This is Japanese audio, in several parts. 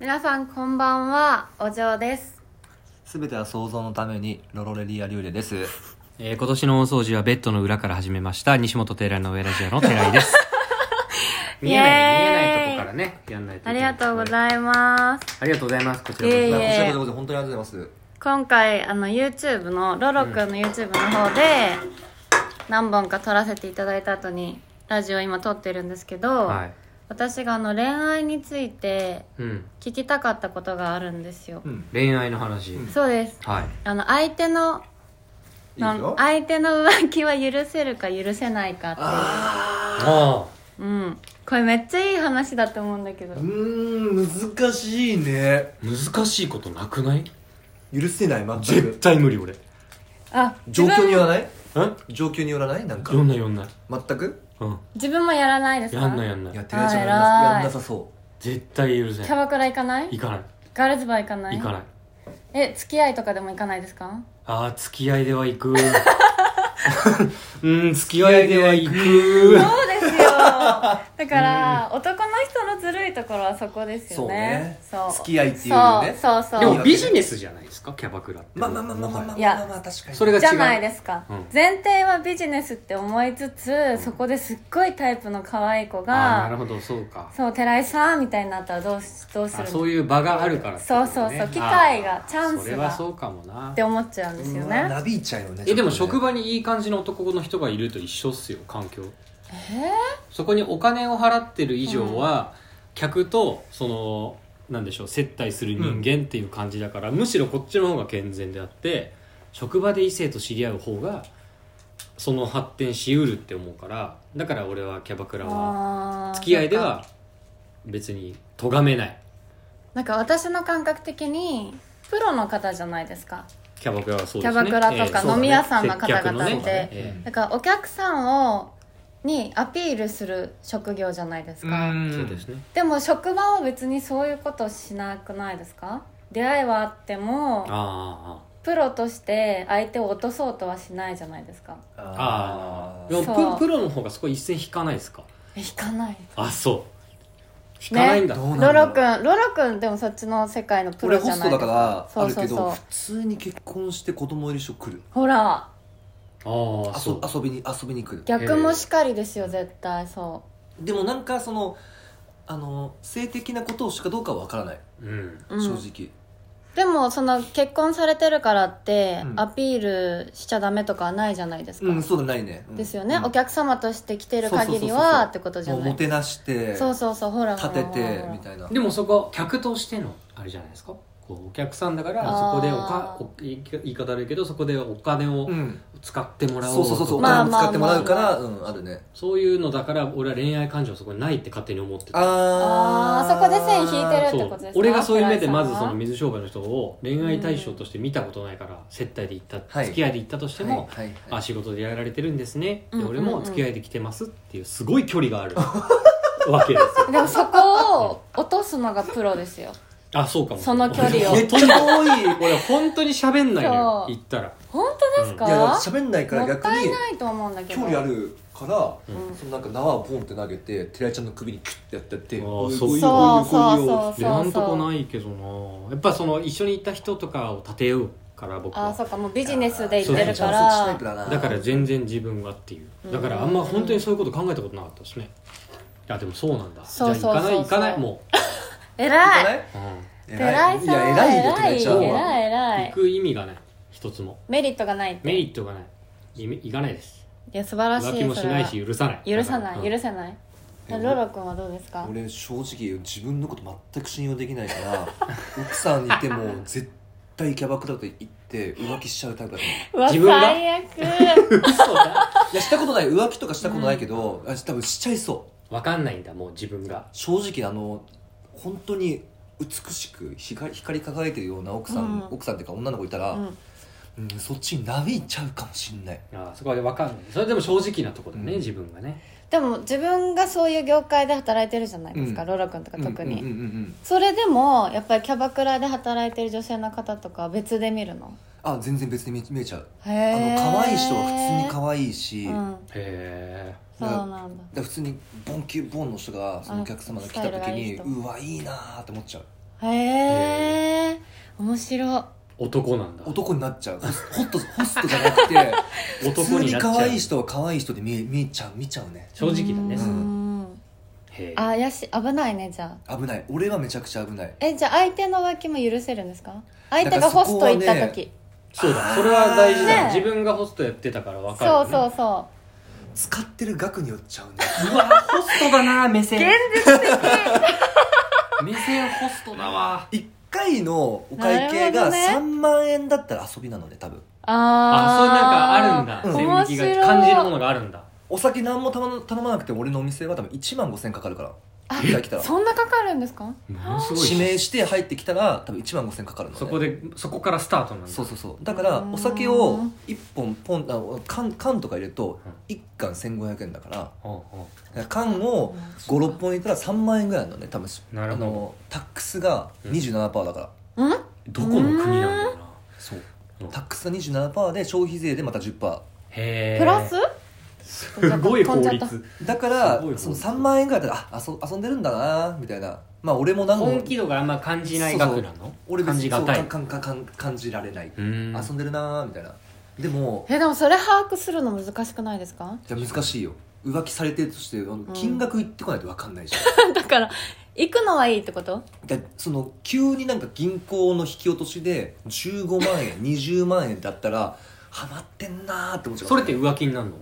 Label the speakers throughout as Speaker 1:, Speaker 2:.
Speaker 1: 皆さんこんばんはお嬢です
Speaker 2: すべては想像のためにロロレリアリューレです。
Speaker 3: えー今年の大掃除はベッドの裏から始めました西本寺の上ラジオの寺井です見えない見えないとこからねやんないと
Speaker 1: あ
Speaker 3: いけ
Speaker 1: り
Speaker 3: ない
Speaker 1: がとうございます
Speaker 3: ありがとうございますこちら
Speaker 1: いえいえ
Speaker 2: こち
Speaker 3: こ
Speaker 2: らこそでございます。本当にありがとうございます。
Speaker 1: 今回あの YouTube のロロくんの YouTube の方で何本か撮らせていただいた後にラジオ今撮ってるんですけ
Speaker 3: そ
Speaker 1: ど、
Speaker 3: はい
Speaker 1: 私があの恋愛について
Speaker 3: うん、
Speaker 1: 聞きたかったことがあるんですよ、
Speaker 2: うん。
Speaker 3: 恋愛の話、
Speaker 2: うん
Speaker 1: そうです
Speaker 3: はい
Speaker 1: あの相手の
Speaker 2: いいですよ。
Speaker 1: 相手の浮気は許せるか許せないかっ
Speaker 3: あ
Speaker 1: ていううんこれめっちゃいい話だと思うんだけど
Speaker 2: うーん、難しいね。
Speaker 3: ー難しいことなくない
Speaker 2: 許せない、全
Speaker 3: 絶
Speaker 2: く。
Speaker 3: 対無理俺
Speaker 1: あ自
Speaker 2: 状況に
Speaker 1: 分
Speaker 2: よらない
Speaker 3: え
Speaker 2: 状況によらないなんか。
Speaker 3: 読んない読んない
Speaker 2: 全く
Speaker 3: うん
Speaker 1: 自分もやらないですか
Speaker 3: やんないやんない
Speaker 2: やってないじゃん。やん
Speaker 1: あー偉い
Speaker 2: なやんなさそ
Speaker 3: 絶対許
Speaker 1: キ
Speaker 3: せ
Speaker 1: ャ
Speaker 3: ない
Speaker 1: バクラ行かない
Speaker 3: 行かない
Speaker 1: ガールズバー行かない
Speaker 3: 行かない
Speaker 1: え付き合いとかでも行かないですか
Speaker 3: ああ付き合いでは行 くうん付き合いでは行く
Speaker 1: そうですよ だから男の人のずるいところはそこですよね
Speaker 2: そうね
Speaker 1: そう
Speaker 2: 付き合いっていうね
Speaker 1: そうそう
Speaker 3: で
Speaker 1: そ
Speaker 3: も
Speaker 1: う
Speaker 3: ビジネスじゃないですかキャバクラって
Speaker 2: う。まあまあまあまあまあまあ
Speaker 1: いや
Speaker 2: まあまあ確かに。
Speaker 3: それが違う
Speaker 1: じゃないですか、
Speaker 3: うん
Speaker 1: 前提はビジネスって思いつつそこですっごいタイプの可愛い子
Speaker 3: ああなる
Speaker 1: が
Speaker 3: ほどそうか
Speaker 1: そう寺井さんみたいになったらどうしどうする
Speaker 3: あそういう場があるからってことね
Speaker 1: そうそうそう
Speaker 3: あー
Speaker 1: 機会がチャンスが
Speaker 3: それはそうかもな
Speaker 1: って思っちゃうんですよ
Speaker 2: うん
Speaker 1: ね
Speaker 2: なびいちゃうよね。
Speaker 3: えでも
Speaker 2: ちょっと
Speaker 3: 職
Speaker 2: ね
Speaker 3: 場にいい感じの男の人がいると一緒っすよ環境
Speaker 1: え
Speaker 3: そこにお金を払ってる以上は、客とそのなんでしょう接待する人間っていう感じだから、むしろこっちの方が健全であって職場で異性と知り合う方がその発展しうるって思うからだから俺はキャバクラは
Speaker 1: あー
Speaker 3: 付き合いでは別に咎めない
Speaker 1: なんか私の感覚的にプロの方じゃないですか
Speaker 3: キャバクラはそう
Speaker 1: キ
Speaker 3: で
Speaker 1: ャ
Speaker 3: すね
Speaker 1: バクラと
Speaker 3: ええそうだ
Speaker 1: か
Speaker 3: ね
Speaker 1: 飲み屋さんの
Speaker 3: 接
Speaker 1: 方
Speaker 3: 客の
Speaker 1: 々
Speaker 3: ね
Speaker 1: って、
Speaker 3: ええ
Speaker 1: だからお客さんをにアピールする職業じゃないですか、
Speaker 2: うん
Speaker 3: そうですね
Speaker 1: でも職場は別にそういうことしなくないですか出会いはあっても
Speaker 3: あ
Speaker 1: プロとして相手を落とそうとはしないじゃないですか
Speaker 3: あ
Speaker 2: あ
Speaker 3: ああ
Speaker 2: ー
Speaker 3: で
Speaker 1: そう
Speaker 3: もププロの方がそこ一線引かないですか
Speaker 1: え引かない
Speaker 3: あそう引かないんだ、
Speaker 2: どうなんだ
Speaker 1: ロ
Speaker 2: ろう
Speaker 1: ロくんロロくんでもそっちの世界のプ
Speaker 2: 俺
Speaker 1: ロじ
Speaker 2: ホ
Speaker 1: ゃ
Speaker 2: ス
Speaker 1: な
Speaker 2: ト
Speaker 1: いで
Speaker 2: だ
Speaker 1: す
Speaker 2: からあ
Speaker 1: そう
Speaker 2: る
Speaker 1: そう
Speaker 2: けど
Speaker 1: そう
Speaker 2: 普通に結婚して子供いる人来る
Speaker 1: ほら
Speaker 3: ああそう
Speaker 2: 遊遊びに遊びに来る
Speaker 1: 逆もしかりですよ絶対そ
Speaker 2: でもなんかそのあの性的なことをしかどうかは分からない、
Speaker 3: うん
Speaker 1: う、うん、
Speaker 2: 正直
Speaker 1: でもその結婚されてるからって
Speaker 2: うん
Speaker 1: アピールしちゃダメとかはないじゃないですか、
Speaker 2: うんそうだないね、うん
Speaker 1: ですよね、
Speaker 2: うん
Speaker 1: お客様として来てる限り
Speaker 2: そうそうそうそ
Speaker 1: は
Speaker 2: う
Speaker 1: ってことじゃ
Speaker 2: もう
Speaker 1: な
Speaker 2: も
Speaker 1: い
Speaker 2: てなして
Speaker 1: そうそうそうほらほら
Speaker 2: 立
Speaker 1: ほ
Speaker 2: て
Speaker 1: らほら
Speaker 2: てみたいな
Speaker 3: でもそこは客としてのあれじゃないですかこうお客さんだから
Speaker 1: あー
Speaker 3: そこでおかお言い言い方悪いけどそこでお金を
Speaker 2: うん
Speaker 3: 使ってもらおう
Speaker 2: そうそうそうそう、
Speaker 3: と
Speaker 1: まあ
Speaker 3: か
Speaker 2: お金も使ってもらうから、うんあるね
Speaker 3: そういうのだから俺は恋愛感情そこにないって勝手に思ってた
Speaker 2: あ
Speaker 1: あ
Speaker 2: ー
Speaker 1: ーそこで線引いてる
Speaker 3: そ
Speaker 1: ってことですか
Speaker 3: う俺がそういう目で
Speaker 1: 平井
Speaker 3: ま
Speaker 1: さん
Speaker 3: ず
Speaker 1: は
Speaker 3: その水商売の人を恋愛対象として見たことないから接待で行った、
Speaker 2: はい
Speaker 3: 付き合いで行ったとしても、
Speaker 2: はいはいはい
Speaker 3: あ仕事でやられてるんですね、
Speaker 1: うん
Speaker 3: で
Speaker 1: うん
Speaker 3: 俺も付き合いで来てますっていうすごい距離があるわけですよ
Speaker 1: でもそこを落とすのがプロですよ
Speaker 3: あそうかも
Speaker 1: その距離を
Speaker 2: め
Speaker 3: 俺
Speaker 2: っちゃ遠いい
Speaker 3: 俺本当に喋んないのよ
Speaker 1: そう
Speaker 3: 行ったら
Speaker 1: 本当ですか、
Speaker 2: やいや喋んないから
Speaker 1: もっ
Speaker 2: 逆
Speaker 1: たい
Speaker 2: に
Speaker 1: ないと思うんだけ
Speaker 2: 距
Speaker 1: ど
Speaker 2: 離あるから、
Speaker 1: うん
Speaker 2: そのなんか縄をポンって投げて寺井ちゃんの首にキュッてやってやって
Speaker 3: あー
Speaker 2: おい
Speaker 3: そう
Speaker 2: おい
Speaker 1: そ
Speaker 2: お
Speaker 1: う
Speaker 2: い
Speaker 1: そう
Speaker 2: おいお
Speaker 1: そう
Speaker 2: い
Speaker 1: そう
Speaker 3: でなんとこないけどなやっぱその一緒に行った人とかを立てようから僕
Speaker 1: あ
Speaker 3: は
Speaker 1: ーそっかもうビジネスで
Speaker 3: 行
Speaker 1: 言ってるか
Speaker 2: そうそっちタイプ
Speaker 1: ら
Speaker 2: だな
Speaker 3: だから全然自分がっていうだからあんま本当にそういうこと考えたことなかったですねあでもそうなんだ
Speaker 1: そう
Speaker 3: じゃあ行かない
Speaker 1: そうそうそう
Speaker 3: 行かないも
Speaker 2: 行か
Speaker 1: 偉
Speaker 2: ないい
Speaker 3: う ん、
Speaker 1: 偉い
Speaker 2: い
Speaker 1: さん
Speaker 2: や
Speaker 1: 偉
Speaker 2: 偉いよ
Speaker 1: い偉い
Speaker 2: 寺井ちゃんは
Speaker 1: 偉い偉
Speaker 3: 行
Speaker 1: い
Speaker 3: く意味がない一つも
Speaker 1: メリットがないって
Speaker 3: メリットがないい行かないです
Speaker 1: いや素晴らしい
Speaker 3: 浮気もしないし許さない
Speaker 1: それは許さない
Speaker 3: だから
Speaker 1: 許せない
Speaker 2: え
Speaker 1: ロロ君はどうですか
Speaker 2: 俺正直自分のこと全く信用できないから奥さんにいても絶対キャバクラと行って浮気しちゃうタイプだと思
Speaker 1: うわ
Speaker 3: 自分が
Speaker 1: 最悪
Speaker 3: うん嘘だ
Speaker 2: ういやしたことない浮気とかしたことないけど、あ多分しちゃいそう
Speaker 3: 分かんないんだもう自分が
Speaker 2: 正直あの本当に美しく光光り輝いてるような奥さん、
Speaker 1: うん
Speaker 2: 奥さんっていうか女の子いた ら、
Speaker 1: う
Speaker 2: うんんそっちになびいちゃうかもしんない
Speaker 3: あそこは分かんないそれでも正直なとこだね、
Speaker 2: うん
Speaker 3: 自分がね
Speaker 1: でも自分がそういう業界で働いてるじゃないですか、
Speaker 2: うん
Speaker 1: ロロ君とか特に、
Speaker 2: うんうんうんうん
Speaker 1: それでもやっぱりキャバクラで働いてる女性の方とかは別で見るの
Speaker 2: あ全然別に見見えちゃう、
Speaker 1: へえ
Speaker 2: あの可愛い人は普通に可愛いし、
Speaker 1: うん
Speaker 3: へ
Speaker 1: そうなんだ
Speaker 2: だから普通にボンキューボンの人がそのお客様が来た時に
Speaker 1: あスタイルがいい人
Speaker 2: うわいいなーって思っちゃう
Speaker 1: へえ面白い
Speaker 3: 男なんだ
Speaker 2: 男になっちゃうホスホットホストじゃなくて普
Speaker 3: 男
Speaker 2: 通
Speaker 3: に
Speaker 2: に
Speaker 3: なっち
Speaker 2: 可
Speaker 3: ゃう
Speaker 2: 愛い人は可愛い人で見え見えちゃう見ちゃうね
Speaker 3: 正直だね
Speaker 1: う
Speaker 2: うん
Speaker 1: ん
Speaker 3: へえ
Speaker 1: あ怪しい危ないねじゃあ
Speaker 2: 危ない俺はめちゃくちゃ危ない
Speaker 1: えじゃあ相手の浮気も許せるんですか相手がホスト行った
Speaker 2: だからそこは
Speaker 1: 時
Speaker 3: そうだそれは大事だ、
Speaker 1: ね
Speaker 3: 自分がホストやってたから分か
Speaker 1: そ
Speaker 3: るよ
Speaker 1: う
Speaker 3: ね、
Speaker 1: そうそ
Speaker 2: 使ってる額によっちゃうね
Speaker 3: うわホストだな目線目線ホストだわ
Speaker 2: 一回のお会計
Speaker 1: なるほど
Speaker 2: が
Speaker 1: ね
Speaker 2: 3万円だったら遊びなのね多分
Speaker 1: うああ
Speaker 3: あそういうなんかあるんだ
Speaker 2: うん
Speaker 3: 線引
Speaker 1: 面
Speaker 3: き
Speaker 1: 白
Speaker 3: が
Speaker 1: い
Speaker 3: 感じるものがあるんだ
Speaker 2: お酒何も頼ま頼まなくても俺のお店は多分1万5千かかるから
Speaker 1: あ
Speaker 2: 一回来たら
Speaker 1: そんなかかるんですか
Speaker 3: ものすごい
Speaker 2: 指名して入ってきたら多分1万5千かかるのね
Speaker 3: そこでそこからスタートなんだ
Speaker 2: そうそうそうだから
Speaker 1: うん
Speaker 2: お酒を1本ポンあ缶缶とか入れると1缶1500円だからだ
Speaker 3: ほうほ
Speaker 2: から缶を56本入れたら3万円ぐらいなのね多分
Speaker 3: なるほど
Speaker 2: あのタックスが27%だから、
Speaker 1: うん
Speaker 3: うどこの国なんだろうな
Speaker 2: そう
Speaker 3: うん
Speaker 2: タックスが27%で消費税でまた10%
Speaker 3: へえ
Speaker 1: プラス
Speaker 3: すごい法
Speaker 1: 飛んじゃ
Speaker 3: 律
Speaker 2: だから
Speaker 3: すごい
Speaker 2: その3万円ぐらいだったらあ遊遊んでるんだなみたいなまあ俺も何
Speaker 3: 本
Speaker 2: も
Speaker 3: 気度があんま感じない額なの
Speaker 2: 俺別
Speaker 3: 感じ
Speaker 2: に
Speaker 3: が
Speaker 2: そう
Speaker 3: た
Speaker 2: か
Speaker 3: い
Speaker 2: んかんかんかん感じられない、
Speaker 3: うん
Speaker 2: 遊んでるなみたいなでも
Speaker 1: えでもそれ把握するの難しくないですか
Speaker 2: じゃあ難しいよ浮気されてるとしてあの金額言ってこないと分かんないじゃ ん
Speaker 1: だから行くのはいいってこと
Speaker 2: でその急になんか銀行の引き落としで15万 円20万円だったらハマってんなーって思っちゃう
Speaker 3: それって浮気になるの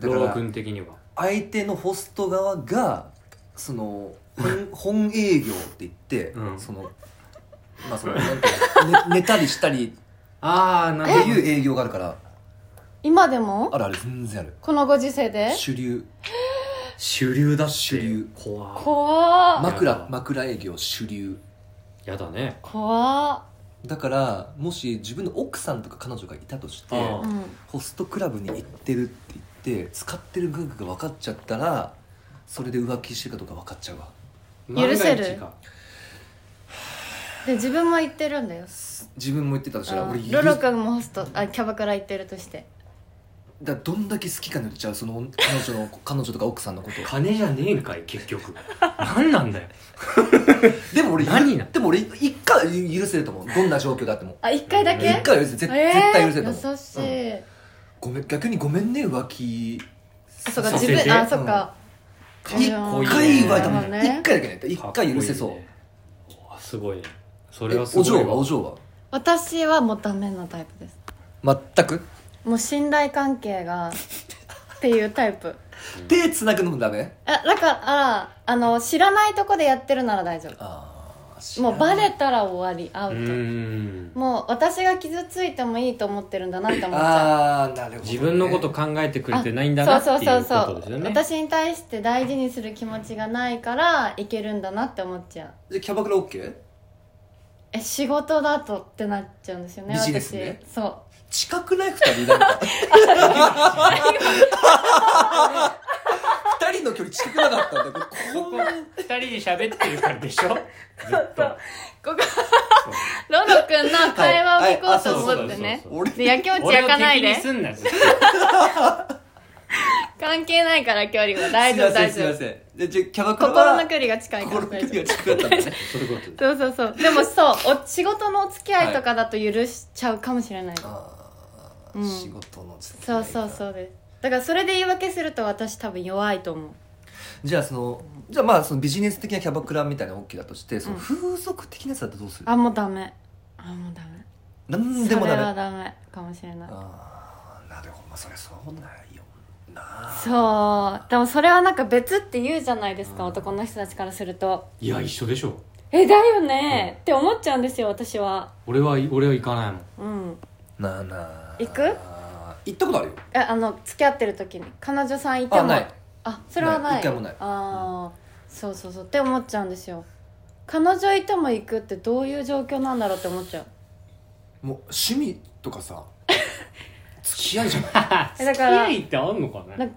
Speaker 2: だ
Speaker 3: ロ
Speaker 2: か
Speaker 3: ロ
Speaker 2: ら
Speaker 3: 君的には
Speaker 2: 相手のホスト側がその 本本営業って言って、
Speaker 3: うん
Speaker 2: そのまあそのなんていう のね寝たりしたり
Speaker 3: ああな
Speaker 2: って
Speaker 3: るほど
Speaker 2: いう営業があるから
Speaker 1: 今でも
Speaker 2: あるある全然ある
Speaker 1: このご時世で
Speaker 2: 主流
Speaker 3: 主流だって
Speaker 2: 主流
Speaker 3: 怖
Speaker 1: 怖っ
Speaker 2: 枕枕営業主流
Speaker 3: やだね
Speaker 1: 怖っ
Speaker 2: だからもし自分の奥さんとか彼女がいたとして
Speaker 3: ああ
Speaker 1: うん
Speaker 2: ホストクラブに行ってるって言って使ってる額が分かっちゃったらそれで浮気してるかどうか分かっちゃうわ
Speaker 1: 許せる
Speaker 3: 万が一か
Speaker 1: で自分も行ってるんだよ
Speaker 2: 自分も言ってたとしたら
Speaker 1: うん
Speaker 2: 俺許
Speaker 1: ロロ君もホストあキャバクラ行ってるとして
Speaker 2: だどんだけ好きかによっちゃうその彼女の彼女とか奥さんのこ と
Speaker 3: 金じゃねえんかい結局 何なんだよ
Speaker 2: でも俺
Speaker 3: 何な
Speaker 2: でも俺一回は許せると思うどんな状況だっても
Speaker 1: あ一回だけ
Speaker 2: 一回は許せる絶,、絶対許せると思う
Speaker 1: 優し
Speaker 2: うん
Speaker 1: い、
Speaker 2: ごめん逆にごめんね浮気
Speaker 1: あそっか
Speaker 3: さ
Speaker 1: 自
Speaker 3: せて
Speaker 1: 分あ
Speaker 3: うん
Speaker 1: そっか、
Speaker 3: かっこいいね
Speaker 2: 一回は多
Speaker 1: そう
Speaker 2: 分
Speaker 1: ね
Speaker 2: 一回だけね一回許せそう、
Speaker 3: かっこいいねあすごいねそ
Speaker 2: え
Speaker 3: れはす
Speaker 2: お
Speaker 3: ごいわ
Speaker 2: 嬢はお嬢は
Speaker 1: 私はもうダメなタイプです
Speaker 2: 全く
Speaker 1: もう信頼関係がっていうタイプ
Speaker 2: 手つなぐのもダメ
Speaker 1: あだからあの知らないとこでやってるなら大丈
Speaker 2: あ
Speaker 1: 夫もうバレたら終わりア
Speaker 3: う
Speaker 1: ウト、
Speaker 3: ーん
Speaker 1: もう私が傷ついてもいいと思ってるんだなって思っちゃう
Speaker 2: ああなるほど、ね、
Speaker 3: 自分のこと考えてくれてないんだなってい
Speaker 1: そうう
Speaker 3: こ
Speaker 1: そうそうそ
Speaker 3: と
Speaker 1: う
Speaker 3: ですよね
Speaker 1: 私に対して大事にする気持ちがないからいけるんだなって思っちゃう
Speaker 2: でキャバクラ OK?
Speaker 1: え仕事だとってなっちゃうんですよね
Speaker 2: ビジネスね
Speaker 1: 私そう
Speaker 2: 近くない二人なんか二人の距離近くなかったんだけどこんな
Speaker 3: 二人で喋ってるからでしょずっと
Speaker 1: ここロロ君の会話を聞こうと思って
Speaker 3: はいはいあ
Speaker 1: ね
Speaker 3: そうそうそう
Speaker 2: 俺
Speaker 1: で焼きもち
Speaker 3: 俺
Speaker 1: 焼
Speaker 3: を
Speaker 1: か
Speaker 3: 敵
Speaker 1: ない
Speaker 3: に
Speaker 1: です
Speaker 3: んなずっと
Speaker 1: 関係ないから距離が大丈夫大
Speaker 2: す
Speaker 1: 丈
Speaker 2: いま
Speaker 1: 夫
Speaker 2: せんすいませんでじゃあキャバクラ
Speaker 1: 心
Speaker 2: は
Speaker 1: の距離が近いから
Speaker 2: 心の距
Speaker 1: 大
Speaker 2: 離
Speaker 1: 丈
Speaker 2: が近かったんだね
Speaker 3: そういうこと
Speaker 1: 夫そうそうそうでもそうお仕事のお付き合いとかだと許しちゃうかもしれない、
Speaker 2: あー
Speaker 1: うん
Speaker 2: 仕事の付き合
Speaker 1: そ
Speaker 2: いうか
Speaker 1: そうそうですだからそれで言い訳すると私多分弱いと思う
Speaker 2: じゃあそのじゃあまあそのビジネス的なキャバクラみたいなの OK だとしてその
Speaker 1: うん
Speaker 2: 風俗的なやつだとどうする、
Speaker 1: あもうダメあもうダメ
Speaker 2: なん、何でも
Speaker 1: そ
Speaker 2: ダ
Speaker 1: れは
Speaker 2: メ
Speaker 1: ダメかもしれない
Speaker 2: ああなるほどまあそりゃそうないよな
Speaker 1: そうでもそれはなんか別って言うじゃないですか、
Speaker 2: うん
Speaker 1: 男の人たちからすると
Speaker 3: いや一緒でしょ
Speaker 1: えだよね、って思っちゃうんですよ私は
Speaker 3: 俺は俺は行かないもん
Speaker 1: うん
Speaker 2: なあなあ
Speaker 1: 行く
Speaker 2: 行ったことあるよ
Speaker 1: えあの付き合ってる時に彼女さんいても
Speaker 2: あない
Speaker 1: あそれはない
Speaker 2: ない一回もない
Speaker 1: ああそうそうそうって思っちゃうんですよ彼女いても行くってどういう状況なんだろうって思っちゃう
Speaker 2: もう趣味とか さ付き合いじゃない
Speaker 1: えだから
Speaker 3: 付き合いってあんのかね
Speaker 1: なん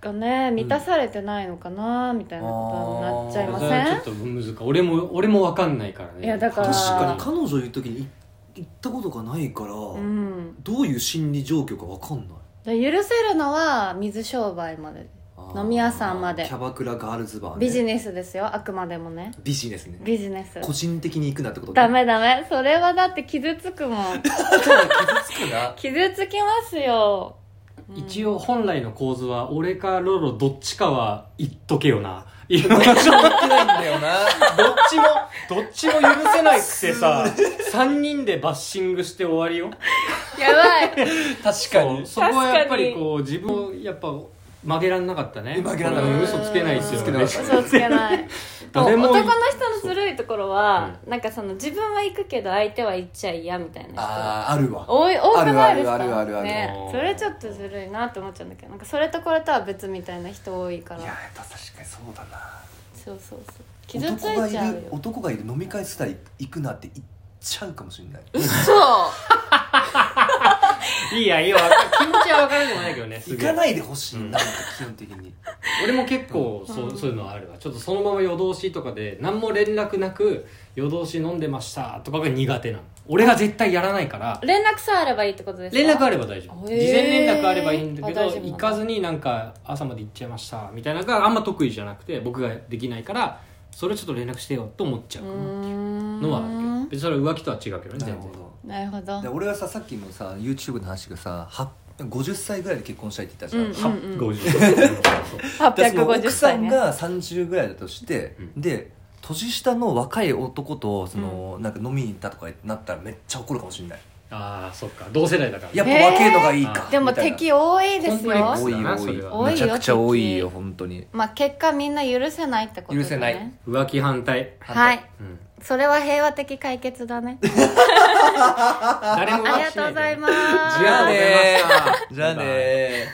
Speaker 1: かね満たされてないのかな、みたいなことになっちゃいま
Speaker 3: そ
Speaker 1: せ
Speaker 3: れはちょ
Speaker 1: ん
Speaker 3: っと難しい俺も俺も分かんないからね
Speaker 1: いやだから
Speaker 2: 確かに彼女いる時に行ったことがないから、
Speaker 1: うん
Speaker 2: どういう心理状況か分かんない
Speaker 1: だから許せるのは水商売まで
Speaker 2: あー
Speaker 1: 飲み屋さんまで
Speaker 2: キャバクラガールズバー、ね、
Speaker 1: ビジネスですよあくまでもね
Speaker 2: ビジネスね
Speaker 1: ビジネス
Speaker 2: 個人的に行くなってことね
Speaker 1: ダメダメそれはだって傷つくもん
Speaker 2: 傷つくな
Speaker 1: 傷つきますよ
Speaker 3: 一応本来の構図は俺かロロどっちかは言っとけよな今どっちも
Speaker 2: 行けないんだよな
Speaker 3: どっちも許せないくてさ3 人でバッシングして終わりよ
Speaker 1: やばい
Speaker 2: 確かに
Speaker 3: そうそこはやっぱり
Speaker 1: 確かに
Speaker 3: こう自分をやっぱ曲げらんなかったね
Speaker 2: 曲げらんなかった
Speaker 3: これ嘘つけないですよ
Speaker 2: 嘘つけなか
Speaker 3: ね
Speaker 2: った
Speaker 1: 嘘つけ ないもう
Speaker 3: 誰も
Speaker 1: 男の人のずるいところは、なんかその自分は行くけど相手は行っちゃ嫌みたいな人
Speaker 2: あああるわ
Speaker 1: 多い多くないですか
Speaker 2: あるあるあるあるある
Speaker 1: ね、それちょっとずるいなって思っちゃうんだけどなんかそれとこれとは別みたいな人多いか
Speaker 2: い
Speaker 1: ら
Speaker 2: ややっぱ確かにそうだな
Speaker 1: そうそうそう傷ついちゃうよ
Speaker 2: 男がいる男がいる飲み会すら行くなって言っちゃうかもしれない
Speaker 1: そう
Speaker 3: いいやいいやわか気持ちは分からんでもないけどねす
Speaker 2: 行
Speaker 3: げえ
Speaker 2: かないでほしい
Speaker 3: うん
Speaker 2: ななんか基本 的に
Speaker 3: 俺も結構そう,、
Speaker 1: うん
Speaker 3: そういうのはあるわちょっとそのまま夜通しとかで何も連絡なく夜通し飲んでましたとかが苦手なの俺が絶対やらないから
Speaker 1: 連絡さえあればいいってことですか
Speaker 3: 連絡あれば大丈夫事
Speaker 1: へー
Speaker 3: 前連絡あればいいんだけど
Speaker 1: あ大丈夫なんだ
Speaker 3: 行かずになんか朝まで行っちゃいましたみたいなのがあんま得意じゃなくて僕ができないからそれちょっと連絡してよと思っちゃう
Speaker 1: うーん
Speaker 3: のはあるけど別にそれは浮気とは違うけどね
Speaker 2: なる
Speaker 3: 全
Speaker 2: ほ
Speaker 3: 然
Speaker 2: ど
Speaker 1: なるほど
Speaker 2: で俺はささっきもさ YouTube の話がさは50歳ぐらいで結婚したいって言ったじゃん、
Speaker 1: うん
Speaker 3: は50
Speaker 2: でその
Speaker 1: 850
Speaker 2: 奥さ
Speaker 1: 歳
Speaker 2: ん
Speaker 1: ね
Speaker 2: が30ぐらいだとして、
Speaker 3: うん
Speaker 2: で年下の若い男とその、なんか飲みに行ったとかなったらめっちゃ怒るかもしれない
Speaker 3: ああそっか同世代だから
Speaker 2: やっぱ
Speaker 1: へー
Speaker 2: 若いのがいいか
Speaker 1: でも
Speaker 2: みたいな
Speaker 1: 敵多いです
Speaker 3: 本当
Speaker 1: よ
Speaker 2: 多いよ
Speaker 3: それは
Speaker 2: 多いめちゃくちゃ多いよ本当に
Speaker 1: まあ結果みんな許せないってことだね
Speaker 2: 許せない
Speaker 3: 浮気反対、
Speaker 1: はい
Speaker 3: うん、
Speaker 1: それは平和的解決だ ね
Speaker 3: 誰も
Speaker 1: ありがとうございます
Speaker 3: じゃあね
Speaker 2: じゃあね